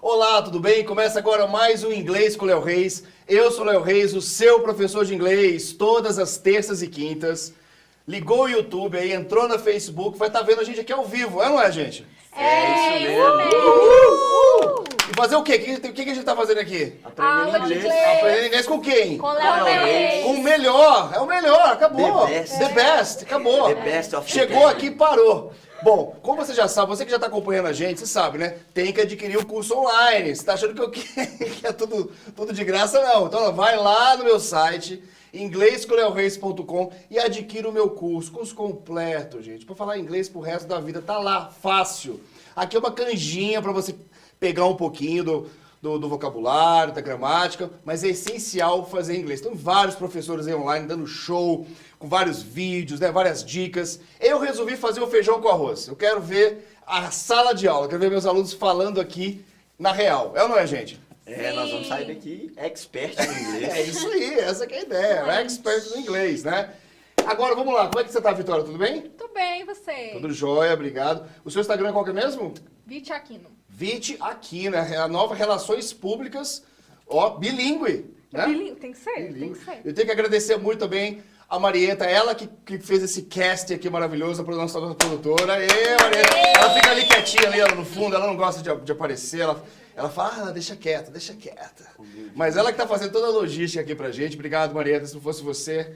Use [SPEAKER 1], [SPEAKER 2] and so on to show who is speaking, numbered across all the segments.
[SPEAKER 1] Olá, tudo bem? Começa agora mais o Inglês com o Léo Reis. Eu sou o Léo Reis, o seu professor de inglês, todas as terças e quintas. Ligou o YouTube aí, entrou no Facebook, vai estar vendo a gente aqui ao vivo, é ou não é, gente?
[SPEAKER 2] É isso mesmo.
[SPEAKER 1] E fazer o quê? O que, o que a gente tá fazendo aqui?
[SPEAKER 2] Aula
[SPEAKER 3] Aprendendo
[SPEAKER 2] de
[SPEAKER 3] inglês.
[SPEAKER 2] inglês.
[SPEAKER 1] Aprendendo inglês com quem?
[SPEAKER 2] Com Léo Reis.
[SPEAKER 1] O melhor, é o melhor, acabou.
[SPEAKER 3] The best.
[SPEAKER 1] best, acabou.
[SPEAKER 3] The best of the
[SPEAKER 1] Chegou
[SPEAKER 3] best.
[SPEAKER 1] aqui e parou. Bom, como você já sabe, você que já está acompanhando a gente, você sabe, né? Tem que adquirir o curso online. Você tá achando que, eu, que é tudo, tudo de graça? Não. Então, ó, vai lá no meu site, inglescoleoreis.com e adquira o meu curso. Curso completo, gente. Para falar inglês pro resto da vida. Tá lá, fácil. Aqui é uma canjinha para você pegar um pouquinho do, do, do vocabulário, da gramática, mas é essencial fazer inglês. Tem vários professores aí online dando show, com vários vídeos, né, várias dicas. Eu resolvi fazer o feijão com arroz. Eu quero ver a sala de aula, quero ver meus alunos falando aqui na real. É ou não é, gente?
[SPEAKER 3] É, nós vamos sair daqui expert em
[SPEAKER 1] É
[SPEAKER 3] inglês.
[SPEAKER 1] isso aí, essa que é a ideia. É expert no inglês, né? Agora, vamos lá. Como é que você tá, Vitória? Tudo bem?
[SPEAKER 2] Tudo bem, e você?
[SPEAKER 1] Tudo jóia, obrigado. O seu Instagram é qual que é mesmo?
[SPEAKER 2] Vite Aquino.
[SPEAKER 1] Vite aqui, né? É a nova Relações Públicas, ó, bilíngue, né?
[SPEAKER 2] Bilingue, Tem que ser, tem que ser.
[SPEAKER 1] Eu tenho que agradecer muito também a Marieta, ela que, que fez esse cast aqui maravilhoso para nossa nossa produtora. Ê, Marieta! Ela fica ali quietinha ali ela no fundo, ela não gosta de, de aparecer. Ela, ela fala, ah, deixa quieta, deixa quieta. Mas ela que tá fazendo toda a logística aqui pra gente. Obrigado, Marieta. Se não fosse você,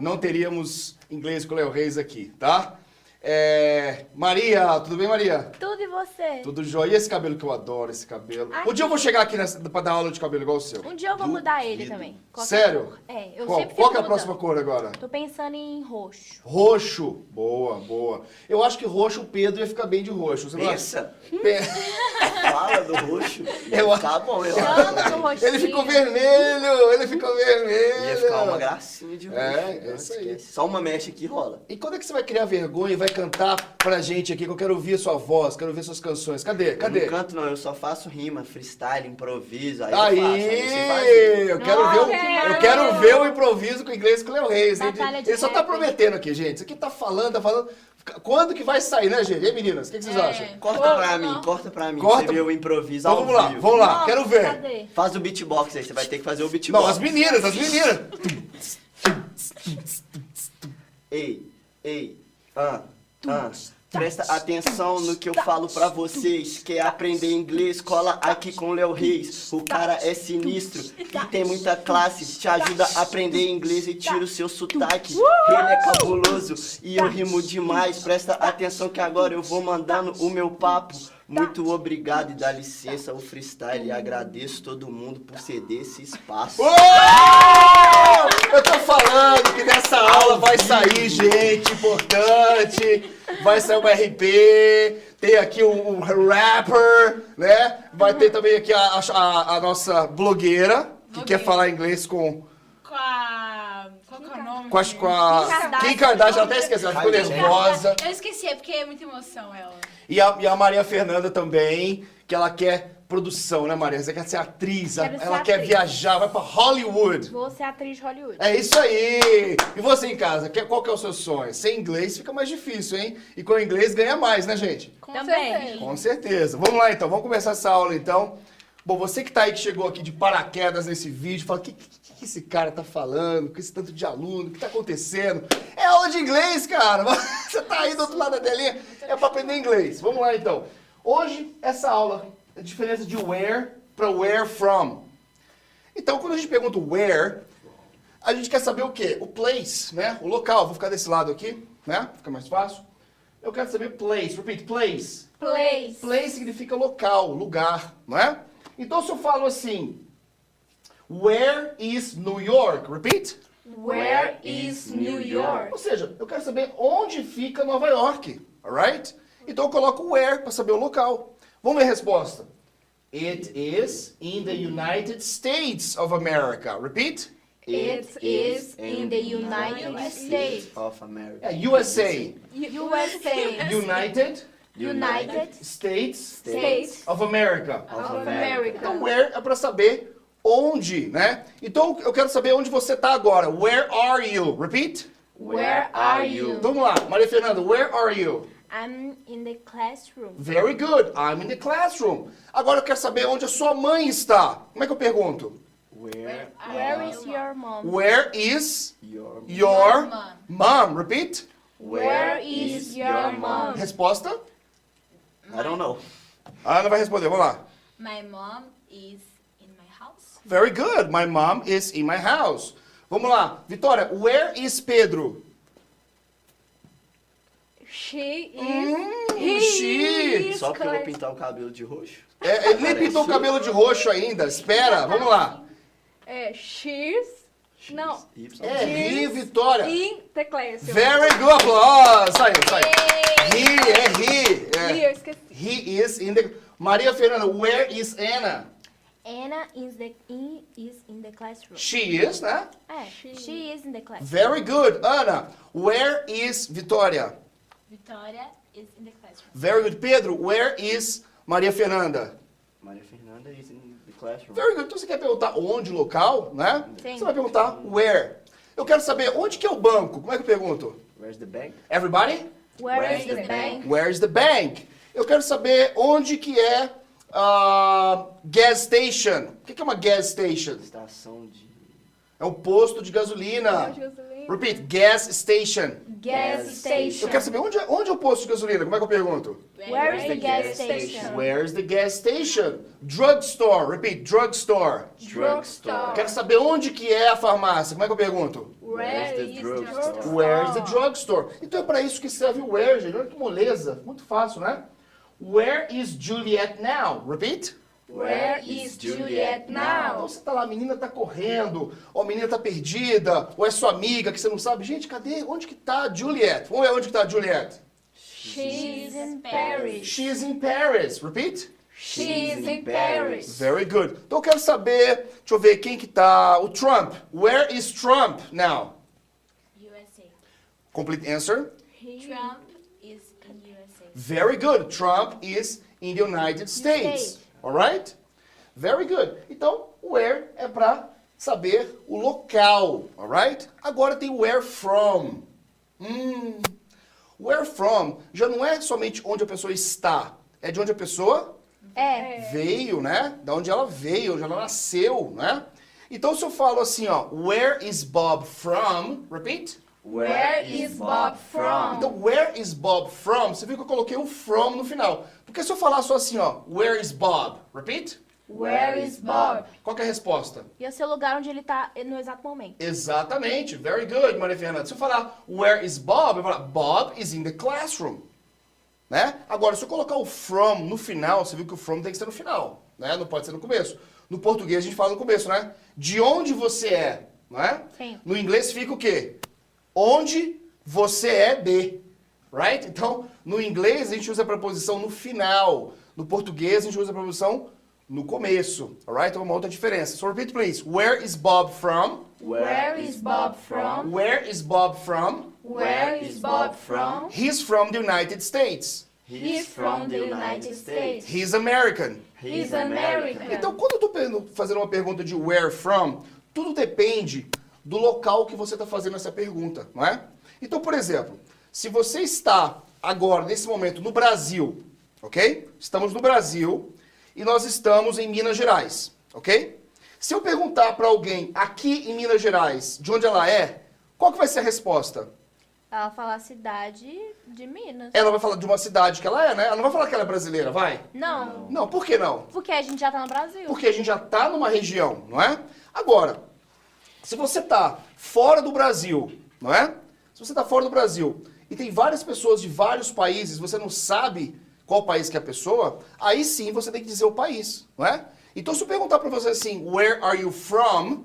[SPEAKER 1] não teríamos inglês com o Léo Reis aqui, tá? É, Maria, tudo bem, Maria?
[SPEAKER 4] Tudo e você?
[SPEAKER 1] Tudo jóia. E esse cabelo que eu adoro, esse cabelo. Um dia eu vou chegar aqui nessa, pra dar aula de cabelo igual o seu.
[SPEAKER 4] Um dia eu vou mudar ele também. Qualquer
[SPEAKER 1] Sério?
[SPEAKER 4] cor. É, eu
[SPEAKER 1] qual,
[SPEAKER 4] sempre
[SPEAKER 1] qual
[SPEAKER 4] fico
[SPEAKER 1] que é a
[SPEAKER 4] mudando.
[SPEAKER 1] próxima cor agora?
[SPEAKER 4] Tô pensando em roxo.
[SPEAKER 1] Roxo. Boa, boa. Eu acho que roxo o Pedro ia ficar bem de roxo. Você não acha?
[SPEAKER 3] Pensa,
[SPEAKER 1] Pe-
[SPEAKER 3] fala do roxo.
[SPEAKER 1] Eu-
[SPEAKER 3] Tá bom, eu
[SPEAKER 4] Chama
[SPEAKER 3] acho.
[SPEAKER 4] pro roxinho.
[SPEAKER 1] Ele ficou vermelho, ele ficou vermelho.
[SPEAKER 3] Ia ficar uma gracinha de roxo.
[SPEAKER 1] É, é
[SPEAKER 3] não
[SPEAKER 1] isso aí.
[SPEAKER 3] esquece. Só uma mecha aqui rola.
[SPEAKER 1] E quando é que você vai criar vergonha e vai cantar pra gente aqui? Que eu quero ouvir a sua voz, quero ouvir suas canções. Cadê? Cadê?
[SPEAKER 3] Eu não canto não, eu só faço rima, freestyle, improviso, aí, eu faço, aí você
[SPEAKER 1] Aí,
[SPEAKER 3] faz.
[SPEAKER 1] eu quero,
[SPEAKER 2] Nossa,
[SPEAKER 1] ver o,
[SPEAKER 2] que
[SPEAKER 1] eu
[SPEAKER 2] maravilha.
[SPEAKER 1] quero ver o improviso com o inglês com o Léo Reis. hein?
[SPEAKER 4] é, Batalha de
[SPEAKER 1] Ele só tá
[SPEAKER 4] rap.
[SPEAKER 1] prometendo aqui, gente. Isso aqui tá falando, tá falando. Quando que vai sair, né, gente? E aí, meninas, o que, que vocês
[SPEAKER 2] É.
[SPEAKER 1] acham?
[SPEAKER 3] Corta pra
[SPEAKER 2] Não.
[SPEAKER 3] mim, corta pra mim,
[SPEAKER 1] Corta.
[SPEAKER 3] você vê o improviso
[SPEAKER 1] Então
[SPEAKER 3] ao
[SPEAKER 1] vamos lá,
[SPEAKER 3] vivo.
[SPEAKER 1] vamos lá,
[SPEAKER 4] Nossa,
[SPEAKER 1] quero ver.
[SPEAKER 4] Cadê?
[SPEAKER 3] Faz o beatbox aí, você vai ter que fazer o beatbox.
[SPEAKER 1] Não, as meninas, as meninas.
[SPEAKER 3] Ei, ei, ah, ah. Presta atenção no que eu falo pra vocês. Quer aprender inglês? Cola aqui com o Léo Reis. O cara é sinistro e tem muita classe. Te ajuda a aprender inglês e tira o seu sotaque. Ele é cabuloso e eu rimo demais. Presta atenção que agora eu vou mandando o meu papo. Muito obrigado e dá licença o freestyle. E agradeço todo mundo por ceder esse espaço.
[SPEAKER 1] Ô! Eu tô falando que nessa aula vai sair gente importante, vai sair uma RP, tem aqui um, um rapper, né? Vai ter também aqui a, a- a nossa blogueira, que quer falar inglês com,
[SPEAKER 5] Com a. Qual que é o nome?
[SPEAKER 1] com, a, com a-
[SPEAKER 4] Kim Kardashian.
[SPEAKER 1] Kim Kardashian, ela até esqueceu, ela ficou
[SPEAKER 3] Kardashian.
[SPEAKER 1] nervosa.
[SPEAKER 5] Eu esqueci, é porque é muita emoção ela.
[SPEAKER 1] E a, e a Maria Fernanda também, que ela quer produção, né, Maria? Você quer ser atriz,
[SPEAKER 4] Quero ser
[SPEAKER 1] ela quer
[SPEAKER 4] atriz.
[SPEAKER 1] viajar, vai pra Hollywood.
[SPEAKER 4] Vou ser atriz de Hollywood.
[SPEAKER 1] É isso aí! E você em casa, que- qual que é o seu sonho? Sem inglês fica mais difícil, hein? E com inglês ganha mais, né, gente?
[SPEAKER 2] Com
[SPEAKER 4] Também.
[SPEAKER 2] certeza.
[SPEAKER 1] Com certeza. Vamos lá então, vamos começar essa aula então. Bom, você que tá aí, que chegou aqui de paraquedas nesse vídeo, fala, o que, que, que esse cara tá falando? Com esse tanto de aluno, o que tá acontecendo? É aula de inglês, cara! Você tá aí do outro lado da telinha, é pra aprender inglês. Vamos lá então. Hoje, essa aula, a diferença de where pra where from. Então, quando a gente pergunta where, a gente quer saber o quê? O place, né? O local. Vou ficar desse lado aqui, né? Fica mais fácil. Eu quero saber place. Repeat, place.
[SPEAKER 4] Place.
[SPEAKER 1] Place significa local, lugar, não é? Então, se eu falo assim, where is New York? Repeat.
[SPEAKER 2] Where is New York?
[SPEAKER 1] Ou seja, eu quero saber onde fica Nova York, alright? Então eu coloco where para saber o local. Vamos ver a resposta. It is in the United States of America. Repeat.
[SPEAKER 2] It is in the United States.
[SPEAKER 3] of America.
[SPEAKER 1] É, USA.
[SPEAKER 4] USA.
[SPEAKER 1] United
[SPEAKER 4] United
[SPEAKER 1] States
[SPEAKER 4] States
[SPEAKER 1] of America.
[SPEAKER 2] Of America.
[SPEAKER 1] Então, where é para saber onde, né? Então, eu quero saber onde você tá agora. Where are you? Repeat.
[SPEAKER 2] Where are you?
[SPEAKER 1] Vamos lá, Maria Fernanda, where are you?
[SPEAKER 4] I'm in the classroom.
[SPEAKER 1] Very good. I'm in the classroom. Agora eu quero saber onde a sua mãe está. Como é que eu pergunto?
[SPEAKER 3] Where
[SPEAKER 4] Where is your mom?
[SPEAKER 1] Where is
[SPEAKER 3] your
[SPEAKER 1] your
[SPEAKER 5] Mom.
[SPEAKER 1] mom? Repeat.
[SPEAKER 4] Where is your mom?
[SPEAKER 1] Resposta?
[SPEAKER 3] I don't know.
[SPEAKER 1] A Ana vai responder. Vamos lá.
[SPEAKER 5] My mom is in my house.
[SPEAKER 1] Very good. My mom is in my house. Vamos lá. Vitória, where is Pedro?
[SPEAKER 4] She is.
[SPEAKER 1] Hum,
[SPEAKER 4] He
[SPEAKER 1] she.
[SPEAKER 4] is
[SPEAKER 3] Só porque eu vou
[SPEAKER 4] class-
[SPEAKER 3] pintar o cabelo de roxo?
[SPEAKER 1] É, ele nem pintou o cabelo de roxo ainda. Espera, vamos lá.
[SPEAKER 4] É, she's. Não.
[SPEAKER 3] Y.
[SPEAKER 1] É, he, Vitória.
[SPEAKER 4] In the classroom.
[SPEAKER 1] Very good. Applause. Saiu, saiu.
[SPEAKER 5] Yay!
[SPEAKER 1] He, é he.
[SPEAKER 4] E
[SPEAKER 1] É.
[SPEAKER 4] eu esqueci.
[SPEAKER 1] He is in the... Maria Fernanda, where is Anna?
[SPEAKER 4] Anna is the in is in the classroom.
[SPEAKER 1] She is, né?
[SPEAKER 4] É, she, is in the classroom.
[SPEAKER 1] Very good. Ana, where is Vitória?
[SPEAKER 5] Vitória is in the classroom.
[SPEAKER 1] Very good. Pedro, where is Maria Fernanda?
[SPEAKER 3] Maria Fernanda is in the classroom.
[SPEAKER 1] Very good. Então você quer perguntar onde, local, né?
[SPEAKER 4] Sim.
[SPEAKER 1] Você vai perguntar where. Eu quero saber onde que é o banco. Como é que eu pergunto?
[SPEAKER 3] Where's the bank?
[SPEAKER 1] Everybody?
[SPEAKER 4] Where,
[SPEAKER 3] Where
[SPEAKER 4] is the bank?
[SPEAKER 1] Where is the bank? Eu quero saber onde que é ah, gas station. O que que é uma gas station?
[SPEAKER 3] Estação de...
[SPEAKER 1] É um posto de gasolina. Repeat, gas station.
[SPEAKER 4] Ah. Gas
[SPEAKER 1] Eu
[SPEAKER 4] station.
[SPEAKER 1] quero saber onde é, onde é o posto de gasolina. Como é que eu pergunto?
[SPEAKER 4] Where is the gas
[SPEAKER 3] Gas
[SPEAKER 4] station?
[SPEAKER 3] station?
[SPEAKER 1] Where's the gas station? Drugstore. Repeat, drugstore.
[SPEAKER 4] Drugstore.
[SPEAKER 1] Quero saber onde que é a farmácia. Como é que eu pergunto?
[SPEAKER 4] Where
[SPEAKER 3] Where's the
[SPEAKER 4] is
[SPEAKER 3] drugstore?
[SPEAKER 4] drugstore?
[SPEAKER 1] Where's the drugstore? Então é para isso que serve o where, gente. Olha que moleza. Muito fácil, né? Where is Juliet now? Repeat.
[SPEAKER 4] Where is Juliet
[SPEAKER 1] Então
[SPEAKER 4] now?
[SPEAKER 1] você tá lá, a menina tá correndo, ou a menina tá perdida, ou é sua amiga que você não sabe. Gente, cadê? Onde que tá a Juliet? Vamos ver onde que tá a Juliet.
[SPEAKER 4] She is in Paris.
[SPEAKER 1] She's in Paris. Repeat.
[SPEAKER 4] She is in Paris.
[SPEAKER 1] Very good. Então eu quero saber, deixa eu ver quem que tá. O Trump. Where is Trump now?
[SPEAKER 5] USA.
[SPEAKER 1] Complete answer.
[SPEAKER 5] Trump is in USA.
[SPEAKER 1] Very good. Trump is in the United States. Alright? Very good. Então, where é para saber o local. Alright? Agora tem where from. Hum. Where from já não é somente onde a pessoa está, é de onde a pessoa
[SPEAKER 4] É.
[SPEAKER 1] veio, né? Da onde ela veio, onde ela nasceu, né? Então, se eu falo assim, ó, where is Bob from? Repeat.
[SPEAKER 4] Where is Bob from?
[SPEAKER 1] Então, where is Bob from? Você viu que eu coloquei o from no final. Porque se eu falar só assim, ó, where is Bob? Repeat.
[SPEAKER 4] Where is Bob?
[SPEAKER 1] Qual que é a resposta?
[SPEAKER 4] E o seu lugar onde ele tá no exato momento.
[SPEAKER 1] Exatamente. Very good, Maria Fernanda. Se eu falar where is Bob, eu vou falar Bob is in the classroom. Né? Agora, se eu colocar o from no final, você viu que o from tem que ser no final, né? Não pode ser no começo. No português a gente fala no começo, né? De onde você é, né?
[SPEAKER 4] Sim.
[SPEAKER 1] No inglês fica o quê? Onde você é de. Right? Então, no inglês a gente usa a preposição no final. No português a gente usa a preposição no começo. Alright? Então é uma outra diferença. So repeat please. Where is Bob from?
[SPEAKER 4] Where is Bob from?
[SPEAKER 1] Where is Bob from?
[SPEAKER 4] Where is Bob from?
[SPEAKER 1] He's from the United States.
[SPEAKER 4] He's from the United States.
[SPEAKER 1] He's American.
[SPEAKER 4] He's American.
[SPEAKER 1] Então, quando eu tô pe- fazendo uma pergunta de where from, tudo depende do local que você está fazendo essa pergunta, não é? Então, por exemplo, se você está agora, nesse momento, no Brasil, ok? Estamos no Brasil e nós estamos em Minas Gerais, ok? Se eu perguntar para alguém aqui em Minas Gerais de onde ela é, qual que vai ser a resposta?
[SPEAKER 4] Ela fala a cidade de Minas.
[SPEAKER 1] Ela vai falar de uma cidade que ela é, né? Ela não vai falar que ela é brasileira, vai?
[SPEAKER 4] Não,
[SPEAKER 1] Não, por que não?
[SPEAKER 4] porque a gente já tá no Brasil.
[SPEAKER 1] Porque a gente já está numa região, não é? Agora, se você está fora do Brasil, não é? Se você está fora do Brasil e tem várias pessoas de vários países, você não sabe qual país que é a pessoa, aí sim você tem que dizer o país, não é? Então se eu perguntar para você assim, where are you from?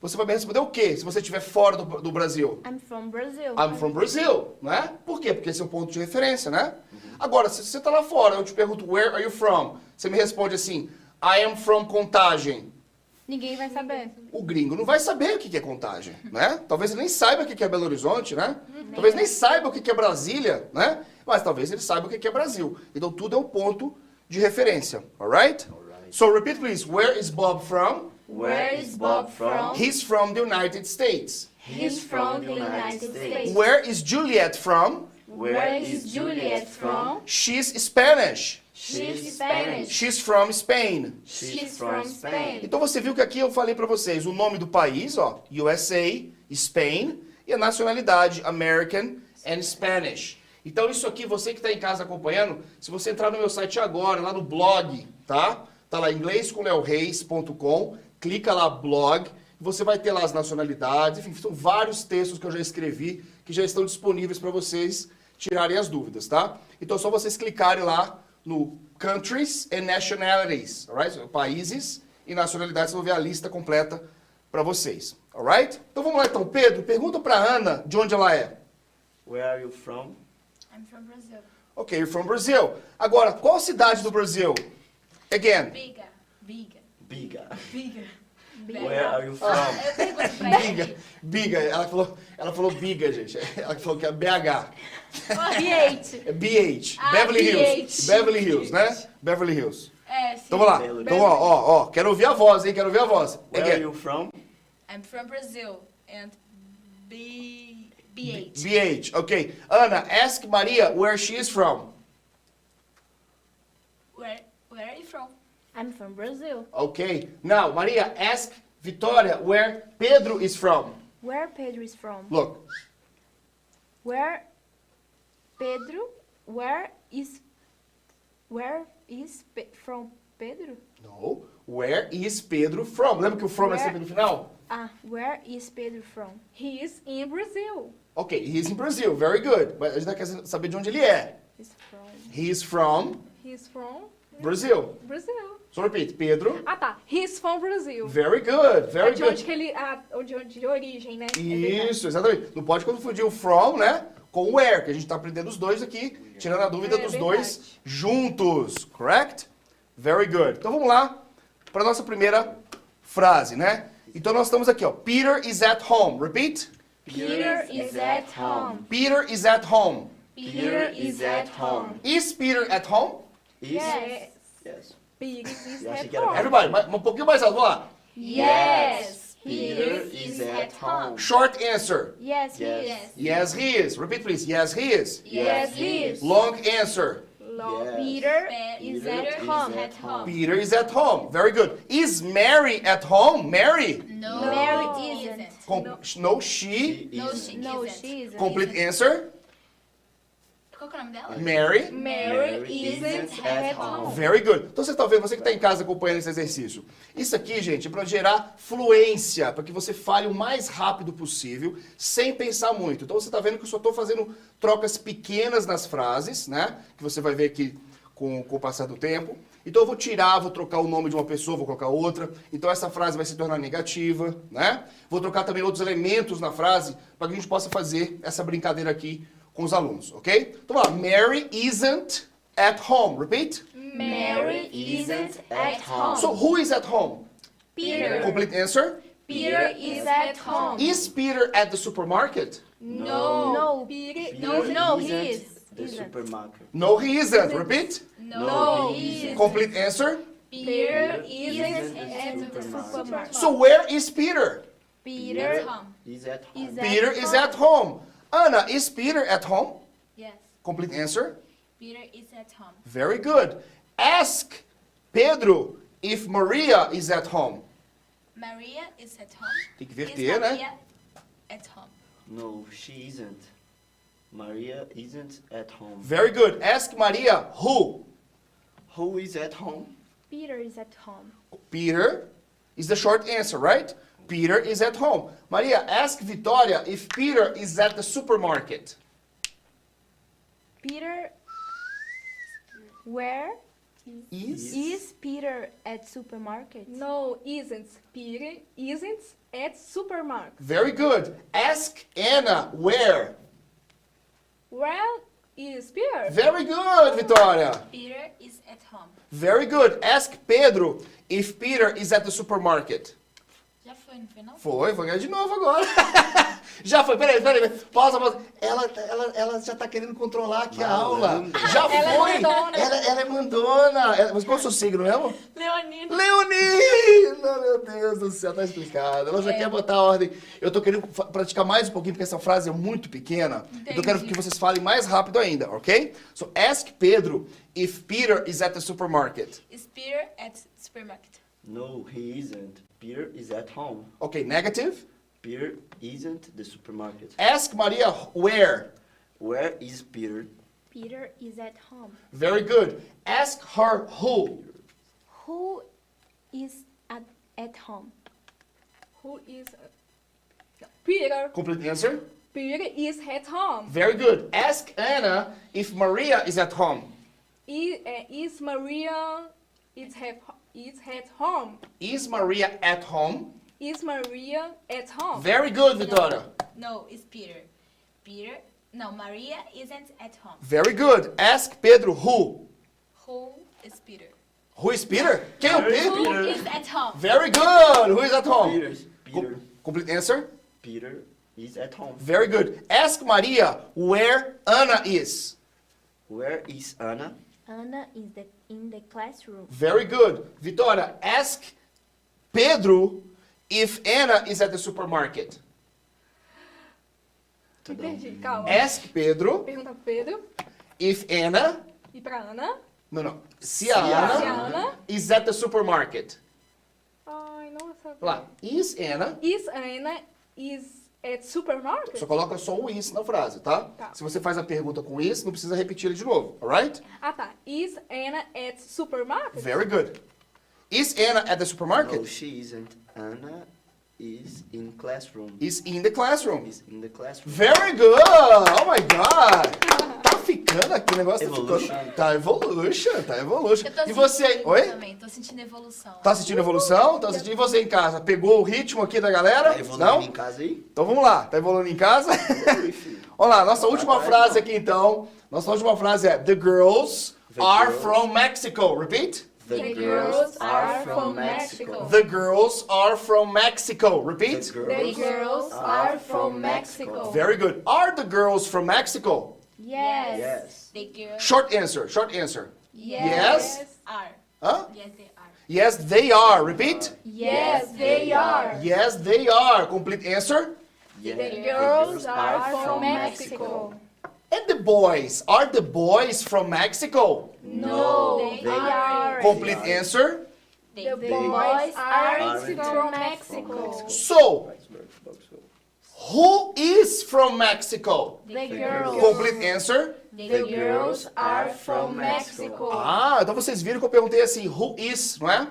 [SPEAKER 1] Você vai me responder o quê? Se você estiver fora do, do Brasil?
[SPEAKER 4] I'm from Brazil.
[SPEAKER 1] I'm from Brazil, né? Por quê? Porque esse é um ponto de referência, né? Agora, se você tá lá fora, eu te pergunto, where are you from? Você me responde assim, I am from Contagem.
[SPEAKER 4] Ninguém vai saber.
[SPEAKER 1] O gringo não vai saber o que que é Contagem, né? Talvez ele nem saiba o que que é Belo Horizonte, né? Talvez nem saiba o que que é Brasília, né? Mas talvez ele saiba o que que é Brasil. Então tudo é um ponto de referência, alright?
[SPEAKER 3] Alright.
[SPEAKER 1] So repeat please, where is Bob from?
[SPEAKER 3] Where is Bob from?
[SPEAKER 1] He's from the United States.
[SPEAKER 4] He's from the United States.
[SPEAKER 1] Where is Juliet from?
[SPEAKER 2] Where is Juliet from?
[SPEAKER 1] She's Spanish.
[SPEAKER 2] She's Spanish.
[SPEAKER 1] She's from Spain.
[SPEAKER 2] She's from Spain.
[SPEAKER 1] Então você viu que aqui eu falei pra vocês o nome do país, ó, USA, Spain, e a nacionalidade, American and Spanish. Então isso aqui, você que está em casa acompanhando, se você entrar no meu site agora, lá no blog, tá? Tá lá inglêscomleoreis.com, clica lá blog, você vai ter lá as nacionalidades, enfim, são vários textos que eu já escrevi que já estão disponíveis para vocês tirarem as dúvidas, tá? Então é só vocês clicarem lá no countries and nationalities, alright? Países e nacionalidades, eu vou ver a lista completa para vocês, alright? Então vamos lá então, Pedro, pergunta para Ana de onde ela é.
[SPEAKER 3] Where are you from?
[SPEAKER 5] I'm from Brazil.
[SPEAKER 1] Ok, you're from Brazil. Agora, qual cidade do Brasil? Again.
[SPEAKER 5] Biga. Biga.
[SPEAKER 3] Biga.
[SPEAKER 5] Biga.
[SPEAKER 3] Where are you from?
[SPEAKER 5] Eu pergunto pra
[SPEAKER 1] Biga,
[SPEAKER 5] ele.
[SPEAKER 1] biga, ela falou, ela falou biga, gente. Ela falou que é BH.
[SPEAKER 2] B8.
[SPEAKER 1] É BH.
[SPEAKER 5] Ah,
[SPEAKER 1] Beverly Hills.
[SPEAKER 5] BH.
[SPEAKER 1] Beverly Hills, né? Beverly Hills.
[SPEAKER 5] É, sim.
[SPEAKER 1] Então vamos lá.
[SPEAKER 3] Belo
[SPEAKER 1] Então, ó, ó, ó. Quero ouvir a voz, hein? Quero ouvir a voz.
[SPEAKER 3] Where are
[SPEAKER 1] Again.
[SPEAKER 3] you from?
[SPEAKER 5] I'm from Brazil. And B... BH.
[SPEAKER 1] BH. Ok. Ana, ask Maria where she is from.
[SPEAKER 5] Where, where are you from?
[SPEAKER 4] I'm from Brazil.
[SPEAKER 1] Ok. Now, Maria, ask Vitória where Pedro is from.
[SPEAKER 4] Where Pedro is from?
[SPEAKER 1] Look.
[SPEAKER 4] Where Pedro? Where is Where is Pe- from Pedro?
[SPEAKER 1] No. Where is Pedro from? Lembra que o from é
[SPEAKER 4] Where-
[SPEAKER 1] sempre no final?
[SPEAKER 4] Ah, where is Pedro from? He is in Brazil.
[SPEAKER 1] Ok. He's in Brazil. Very good. Mas a gente quer saber de onde ele é.
[SPEAKER 4] He's from
[SPEAKER 1] He is from
[SPEAKER 6] He's from
[SPEAKER 1] Brazil.
[SPEAKER 6] Brazil.
[SPEAKER 1] So repeat. Pedro.
[SPEAKER 6] Ah tá, he's from Brazil.
[SPEAKER 1] Very good. Very
[SPEAKER 6] É de onde
[SPEAKER 1] good.
[SPEAKER 6] que ele. Ah, onde, onde, de origem, né? É verdade.
[SPEAKER 1] Isso, exatamente. Não pode confundir o from, né? Com o where, que a gente tá aprendendo os dois aqui, tirando a dúvida
[SPEAKER 6] É
[SPEAKER 1] dos
[SPEAKER 6] verdade.
[SPEAKER 1] dois juntos, correct? Very good. Então vamos lá para nossa primeira frase, né? Então nós estamos aqui, ó. Peter is at home. Repeat.
[SPEAKER 2] Peter is at home.
[SPEAKER 1] Peter is at home.
[SPEAKER 2] Peter is at home.
[SPEAKER 1] Is Peter at home?
[SPEAKER 6] Yes.
[SPEAKER 3] Yes.
[SPEAKER 6] Big is
[SPEAKER 3] Eu achei
[SPEAKER 6] at
[SPEAKER 3] que era
[SPEAKER 6] home.
[SPEAKER 1] Everybody, ma- um pouquinho mais alto, vamos lá.
[SPEAKER 2] Yes,
[SPEAKER 3] Peter is at home.
[SPEAKER 1] Short answer.
[SPEAKER 4] Yes, he
[SPEAKER 3] Yes.
[SPEAKER 4] is.
[SPEAKER 1] Yes, he is. Repeat, please. Yes, he is.
[SPEAKER 2] Yes, he is.
[SPEAKER 1] Long answer.
[SPEAKER 4] Long
[SPEAKER 3] Yes.
[SPEAKER 4] Peter
[SPEAKER 5] Pe-
[SPEAKER 4] is
[SPEAKER 3] Peter
[SPEAKER 4] at
[SPEAKER 3] is
[SPEAKER 4] home.
[SPEAKER 3] at home.
[SPEAKER 1] Peter is at home. Very good. Is Mary at home? Mary?
[SPEAKER 5] No,
[SPEAKER 4] Mary
[SPEAKER 5] he
[SPEAKER 4] isn't.
[SPEAKER 1] Com-
[SPEAKER 6] No.
[SPEAKER 1] no, she.
[SPEAKER 3] He
[SPEAKER 5] No,
[SPEAKER 3] is.
[SPEAKER 5] she
[SPEAKER 4] No,
[SPEAKER 5] isn't.
[SPEAKER 4] she is.
[SPEAKER 1] Complete answer.
[SPEAKER 5] Qual que é o nome dela?
[SPEAKER 1] Mary.
[SPEAKER 6] Mary isn't at home.
[SPEAKER 1] Very good. Então você está vendo, você que está em casa acompanhando esse exercício. Isso aqui, gente, é para gerar fluência, para que você fale o mais rápido possível, sem pensar muito. Então você está vendo que eu só estou fazendo trocas pequenas nas frases, né? Que você vai ver aqui com, com o passar do tempo. Então eu vou tirar, vou trocar o nome de uma pessoa, vou colocar outra. Então essa frase vai se tornar negativa, né? Vou trocar também outros elementos na frase para que a gente possa fazer essa brincadeira aqui com os alunos, ok? Então vamos lá. Mary isn't at home. Repeat.
[SPEAKER 2] Mary isn't at home.
[SPEAKER 1] So who is at home?
[SPEAKER 2] Peter.
[SPEAKER 1] Complete answer.
[SPEAKER 2] Peter is at home.
[SPEAKER 1] Is Peter at the supermarket?
[SPEAKER 6] No.
[SPEAKER 4] No,
[SPEAKER 6] Big
[SPEAKER 4] No,
[SPEAKER 3] Peter
[SPEAKER 4] no, he
[SPEAKER 3] isn't
[SPEAKER 4] is.
[SPEAKER 3] The
[SPEAKER 4] Isn't.
[SPEAKER 3] supermarket.
[SPEAKER 1] No, he isn't. Repeat.
[SPEAKER 5] No, he isn't.
[SPEAKER 1] Complete answer.
[SPEAKER 2] Peter
[SPEAKER 3] Isn't
[SPEAKER 2] isn't
[SPEAKER 3] the
[SPEAKER 2] at the
[SPEAKER 3] supermarket.
[SPEAKER 2] supermarket.
[SPEAKER 1] So where is Peter?
[SPEAKER 4] Peter
[SPEAKER 5] Home.
[SPEAKER 3] He's at home.
[SPEAKER 4] is
[SPEAKER 1] Peter is at home. Anna, is Peter at home?
[SPEAKER 5] Yes.
[SPEAKER 1] Complete answer.
[SPEAKER 5] Peter is at home.
[SPEAKER 1] Very good. Ask Pedro if Maria is at home.
[SPEAKER 5] Maria is at home.
[SPEAKER 1] Tem que
[SPEAKER 5] Is
[SPEAKER 1] verter, né?
[SPEAKER 5] Maria at home?
[SPEAKER 3] No, she isn't. Maria isn't at home.
[SPEAKER 1] Very good. Ask Maria who?
[SPEAKER 3] Who is at home?
[SPEAKER 4] Peter is at home.
[SPEAKER 1] Peter is the short answer, right? Peter is at home. Maria, ask Victoria if Peter is at the supermarket.
[SPEAKER 4] Peter Where
[SPEAKER 1] Is?
[SPEAKER 4] is Peter at supermarket?
[SPEAKER 6] No, isn't. Big isn't at supermarket.
[SPEAKER 1] Very good. Ask Anna where.
[SPEAKER 6] Where is Peter?
[SPEAKER 1] Very good, Victoria.
[SPEAKER 5] Peter is at home.
[SPEAKER 1] Very good. Ask Pedro if Peter is at the supermarket.
[SPEAKER 5] Já foi, não foi não?
[SPEAKER 1] Foi, vou ganhar de novo agora. já foi, peraí, peraí. Pausa, pausa. Ela, ela, ela já tá querendo controlar aqui a aula. Já
[SPEAKER 6] Ela é
[SPEAKER 1] foi.
[SPEAKER 6] mandona.
[SPEAKER 1] Ela, ela é mandona. Ela- mas qual é o seu signo mesmo?
[SPEAKER 5] Leonina.
[SPEAKER 1] Leonina, meu Deus do céu, tá explicado. Ela já
[SPEAKER 5] É.
[SPEAKER 1] quer botar a ordem. Eu tô querendo fa- praticar mais um pouquinho, porque essa frase é muito pequena. Então eu quero
[SPEAKER 5] Entendi.
[SPEAKER 1] que vocês falem mais rápido ainda, ok? So, ask Pedro if Peter is at the supermarket.
[SPEAKER 5] Is Peter at supermarket?
[SPEAKER 3] No, he isn't. Peter is at home.
[SPEAKER 1] Ok, negative.
[SPEAKER 3] Peter isn't the supermarket.
[SPEAKER 1] Ask Maria where.
[SPEAKER 3] Where is Peter?
[SPEAKER 4] Peter is at home.
[SPEAKER 1] Very good. Ask her who.
[SPEAKER 4] Who is at, at home?
[SPEAKER 6] Who is... no, Peter.
[SPEAKER 1] Complete answer.
[SPEAKER 6] Peter is at home.
[SPEAKER 1] Very good. Ask Anna if Maria is at home.
[SPEAKER 6] Is, uh, is Maria... Is, have, is at home.
[SPEAKER 1] Is Maria at home?
[SPEAKER 6] Is Maria at home?
[SPEAKER 1] Very good, Vitória.
[SPEAKER 5] No, it's Peter. Peter? No, Maria isn't at home.
[SPEAKER 1] Very good. Ask Pedro who.
[SPEAKER 5] Who is Peter?
[SPEAKER 1] Who is Peter? Quem é o
[SPEAKER 5] Who
[SPEAKER 1] Pedro?
[SPEAKER 5] is at home?
[SPEAKER 1] Very good. Who is at home?
[SPEAKER 3] Peter. Peter.
[SPEAKER 1] Com- Complete answer.
[SPEAKER 3] Peter is at home.
[SPEAKER 1] Very good. Ask Maria where Anna is.
[SPEAKER 3] Where is Anna?
[SPEAKER 4] Anna is the, in the classroom.
[SPEAKER 1] Very good. Vitória, ask Pedro if Anna is at the supermarket.
[SPEAKER 6] Me perdi, calma.
[SPEAKER 1] Ask Pedro
[SPEAKER 6] Pergunta pro Pedro
[SPEAKER 1] if Anna.
[SPEAKER 6] e pra Ana.
[SPEAKER 1] Não, não. Se a
[SPEAKER 6] Se a
[SPEAKER 1] Anna
[SPEAKER 6] Ana...
[SPEAKER 1] is at the supermarket.
[SPEAKER 6] Ai, nossa.
[SPEAKER 1] Lá, is Anna.
[SPEAKER 6] Is Ana is at supermarket?
[SPEAKER 1] Só coloca só o is na frase, tá?
[SPEAKER 6] Tá.
[SPEAKER 1] Se você faz a pergunta com is, não precisa repetir ele de novo, alright?
[SPEAKER 6] Ah, tá. Is Anna at supermarket?
[SPEAKER 1] Very good. Is Anna at the supermarket?
[SPEAKER 3] No, she isn't. Anna is in classroom.
[SPEAKER 1] Is in the classroom.
[SPEAKER 3] Is in the classroom.
[SPEAKER 1] Very good! Oh my god! Tá ficando aqui, o negócio tá
[SPEAKER 3] Evolution.
[SPEAKER 1] ficando. Tá evolution, tá evolution.
[SPEAKER 5] Eu tô
[SPEAKER 1] E você.
[SPEAKER 5] sentindo
[SPEAKER 1] Oi?
[SPEAKER 5] Também, tô sentindo evolução.
[SPEAKER 1] Tá sentindo evolução? Tá sentindo. E você em casa? Pegou o ritmo aqui da galera?
[SPEAKER 3] Tá evoluindo
[SPEAKER 1] Não?
[SPEAKER 3] em casa aí?
[SPEAKER 1] Então vamos lá, tá evoluindo em casa?
[SPEAKER 3] Evolui, filho.
[SPEAKER 1] Vamos lá,
[SPEAKER 3] Tá
[SPEAKER 1] nossa última
[SPEAKER 3] Vai, vai,
[SPEAKER 1] frase
[SPEAKER 3] vai.
[SPEAKER 1] aqui então. Nossa última frase é: The girls
[SPEAKER 3] The
[SPEAKER 1] are
[SPEAKER 3] girls.
[SPEAKER 1] from Mexico. Repeat.
[SPEAKER 3] The,
[SPEAKER 6] The
[SPEAKER 3] girls
[SPEAKER 6] girls
[SPEAKER 3] are
[SPEAKER 6] are
[SPEAKER 3] from
[SPEAKER 6] from
[SPEAKER 3] Mexico.
[SPEAKER 6] Mexico.
[SPEAKER 1] The girls are from Mexico. Repeat.
[SPEAKER 3] The
[SPEAKER 6] The girls are from Mexico.
[SPEAKER 1] Very good. Are the girls from Mexico?
[SPEAKER 4] Yes.
[SPEAKER 3] Yes.
[SPEAKER 5] The girls
[SPEAKER 1] Short answer, short answer.
[SPEAKER 5] Yes. are.
[SPEAKER 1] Huh?
[SPEAKER 5] Yes, they are.
[SPEAKER 1] Yes, they are.
[SPEAKER 3] Uh,
[SPEAKER 1] Repeat.
[SPEAKER 6] Yes, they are.
[SPEAKER 1] Yes, they are. Complete answer.
[SPEAKER 3] Yeah.
[SPEAKER 6] The girls are from Mexico.
[SPEAKER 1] And the boys. Are the boys from Mexico?
[SPEAKER 6] No,
[SPEAKER 5] they
[SPEAKER 6] they
[SPEAKER 5] are.
[SPEAKER 6] are.
[SPEAKER 1] Complete answer.
[SPEAKER 5] They
[SPEAKER 6] The
[SPEAKER 3] They
[SPEAKER 6] boys
[SPEAKER 3] aren't
[SPEAKER 6] aren't
[SPEAKER 3] from
[SPEAKER 6] from Mexico.
[SPEAKER 1] So, who is from Mexico?
[SPEAKER 4] The
[SPEAKER 3] girls.
[SPEAKER 4] girls.
[SPEAKER 1] Complete answer.
[SPEAKER 5] They
[SPEAKER 6] The
[SPEAKER 5] are.
[SPEAKER 6] girls are from Mexico.
[SPEAKER 1] Ah, então vocês viram que eu perguntei assim, who is, não é?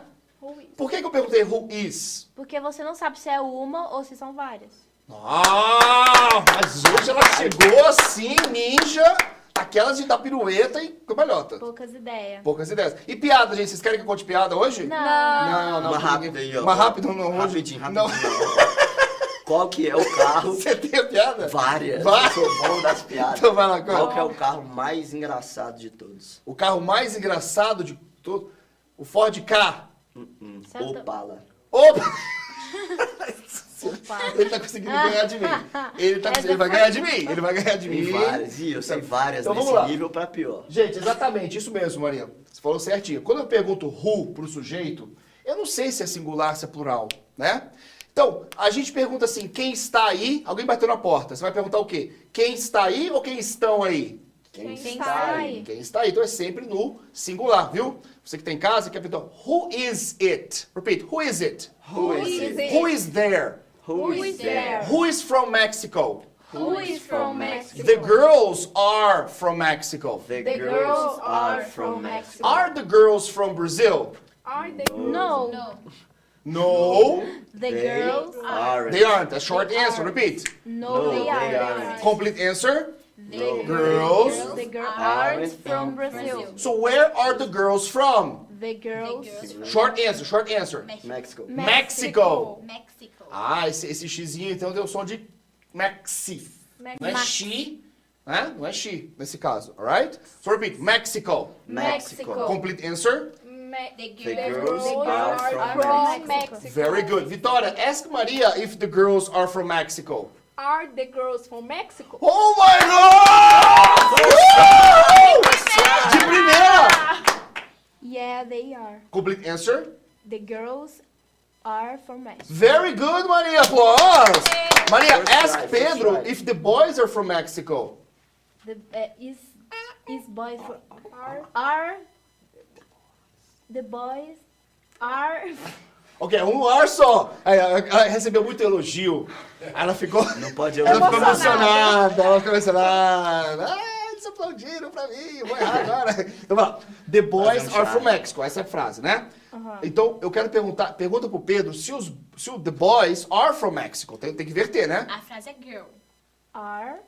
[SPEAKER 1] Por que, que eu perguntei who is?
[SPEAKER 4] Porque você não sabe se é uma ou se são várias.
[SPEAKER 1] Ah, mas hoje ela chegou assim, ninja, aquelas de dar pirueta e cambalhota.
[SPEAKER 4] Poucas ideias.
[SPEAKER 1] Poucas ideias. E piada, gente, vocês querem que eu conte piada hoje?
[SPEAKER 4] Não.
[SPEAKER 1] Não, não.
[SPEAKER 3] Uma
[SPEAKER 1] porque-
[SPEAKER 3] rápida aí, ó.
[SPEAKER 1] Uma rápida não. hoje-
[SPEAKER 3] Rapidinho,
[SPEAKER 1] Não.
[SPEAKER 3] rapidinho. Qual que é o carro?
[SPEAKER 1] Você tem a piada?
[SPEAKER 3] Várias.
[SPEAKER 1] Vai.
[SPEAKER 3] Eu sou bom das piadas.
[SPEAKER 1] Então vai lá,
[SPEAKER 3] Qual
[SPEAKER 1] conta.
[SPEAKER 3] que é o carro mais engraçado de todos?
[SPEAKER 1] O carro mais engraçado de todo. O Ford K.
[SPEAKER 3] Hum,
[SPEAKER 4] Certo.
[SPEAKER 3] Opala.
[SPEAKER 1] Opa!
[SPEAKER 4] Opa.
[SPEAKER 1] Ele tá conseguindo ganhar de mim. Ele, tá, ele vai ganhar de mim. Ele vai ganhar de mim.
[SPEAKER 3] Tem várias. Ih, eu sei várias
[SPEAKER 1] Então vamos
[SPEAKER 3] desse
[SPEAKER 1] lá.
[SPEAKER 3] nível pra pior.
[SPEAKER 1] Gente, exatamente, isso mesmo, Maria. Você falou certinho. Quando eu pergunto who pro sujeito, eu não sei se é singular, se é plural, né? Então, a gente pergunta assim, quem está aí? Alguém bateu na porta. Você vai perguntar o quê? Quem está aí ou quem estão aí?
[SPEAKER 3] Quem
[SPEAKER 4] Quem
[SPEAKER 3] está
[SPEAKER 4] sai?
[SPEAKER 3] aí?
[SPEAKER 1] Quem está aí? Então é sempre no singular, viu? Você que está em casa, quer perguntar, who is it? Repeat, who is it?
[SPEAKER 3] Who is
[SPEAKER 6] is
[SPEAKER 3] it?
[SPEAKER 1] Who is there?
[SPEAKER 3] Who is there?
[SPEAKER 1] Who is from Mexico?
[SPEAKER 6] Who is from Mexico?
[SPEAKER 1] The girls are from Mexico.
[SPEAKER 3] The
[SPEAKER 6] The
[SPEAKER 3] girls are from Mexico.
[SPEAKER 1] Are the girls from Brazil?
[SPEAKER 6] Are they?
[SPEAKER 4] No.
[SPEAKER 5] No,
[SPEAKER 1] No,
[SPEAKER 4] The
[SPEAKER 3] They
[SPEAKER 4] girls.
[SPEAKER 3] aren't.
[SPEAKER 1] they aren't. A short answer. Repeat.
[SPEAKER 4] No,
[SPEAKER 3] No,
[SPEAKER 4] they
[SPEAKER 3] they
[SPEAKER 4] aren't.
[SPEAKER 3] aren't.
[SPEAKER 1] Complete answer.
[SPEAKER 5] the
[SPEAKER 1] Girls.
[SPEAKER 4] The girls
[SPEAKER 3] Aren't
[SPEAKER 4] aren't from
[SPEAKER 3] from
[SPEAKER 4] Brazil.
[SPEAKER 5] Brazil.
[SPEAKER 1] So where are the girls from?
[SPEAKER 4] The girls.
[SPEAKER 5] girls.
[SPEAKER 1] Short answer. Short answer.
[SPEAKER 3] Mexico.
[SPEAKER 1] Mexico.
[SPEAKER 5] Mexico.
[SPEAKER 1] Ah, esse, esse xizinho então deu som de maxi. Não é xi, né? Não é xi nesse caso, alright? So repeat. Mexico.
[SPEAKER 6] Mexico.
[SPEAKER 1] Complete answer.
[SPEAKER 6] Me-
[SPEAKER 5] The
[SPEAKER 6] the
[SPEAKER 5] girls,
[SPEAKER 6] girls
[SPEAKER 5] are
[SPEAKER 6] are
[SPEAKER 5] from
[SPEAKER 6] from
[SPEAKER 4] Mexico.
[SPEAKER 6] Mexico.
[SPEAKER 1] Very good. Vitória, ask Maria if the girls are from Mexico.
[SPEAKER 6] Are the girls from Mexico?
[SPEAKER 1] Oh my God! Uhul! De primeira!
[SPEAKER 4] Yeah, they are.
[SPEAKER 1] Complete answer.
[SPEAKER 4] The girls are from Mexico.
[SPEAKER 1] Very good, Maria. Applause. Maria,
[SPEAKER 3] First
[SPEAKER 1] ask
[SPEAKER 3] try, first
[SPEAKER 1] Pedro
[SPEAKER 3] try.
[SPEAKER 1] if the boys are from Mexico.
[SPEAKER 4] The uh, is is boys from are are the boys are
[SPEAKER 1] Ok, um ar só. Aí, Ela ela recebeu muito elogio. Ela ficou,
[SPEAKER 3] Não pode
[SPEAKER 1] ela ficou
[SPEAKER 3] elogiar.
[SPEAKER 1] emocionada. Ela ficou emocionada. Ah, eles aplaudiram pra mim. eu Vou errar agora. Então, vamos lá. The boys
[SPEAKER 3] Fazendo
[SPEAKER 1] are from
[SPEAKER 3] charme.
[SPEAKER 1] Mexico. Essa é a frase, né? Então, eu quero perguntar, pergunta pro Pedro se os se o the boys are from Mexico. Tem, tem que inverter, né?
[SPEAKER 5] A frase é girl.
[SPEAKER 4] are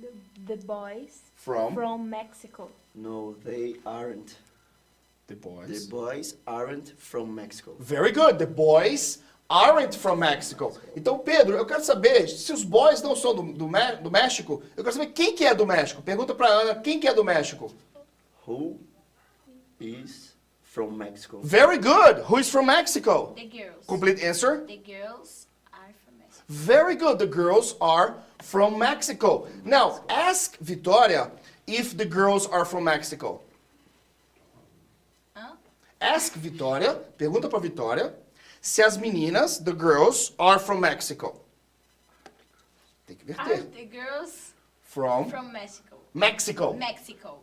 [SPEAKER 4] the, the boys
[SPEAKER 1] From,
[SPEAKER 4] from Mexico.
[SPEAKER 3] No, they aren't.
[SPEAKER 1] the boys.
[SPEAKER 3] The boys aren't from Mexico.
[SPEAKER 1] Very good. The boys aren't from Mexico. Então, Pedro, eu quero saber se os boys não são do, do, Mé- do México. Eu quero saber quem que é do México. Pergunta pra Ana quem que é do México.
[SPEAKER 3] Who is from Mexico?
[SPEAKER 1] Very good. Who is from Mexico?
[SPEAKER 5] The girls.
[SPEAKER 1] Complete answer.
[SPEAKER 5] The girls are from Mexico.
[SPEAKER 1] Very good. The girls are from Mexico. Now, ask Victoria if the girls are from Mexico.
[SPEAKER 5] Hã?
[SPEAKER 1] Ask Vitória, pergunta pra Vitória, se as meninas, the girls, are from Mexico. Tem que
[SPEAKER 5] Are
[SPEAKER 1] verter.
[SPEAKER 5] the Ah, girls
[SPEAKER 1] From
[SPEAKER 5] from Mexico?
[SPEAKER 1] Mexico.
[SPEAKER 5] Mexico.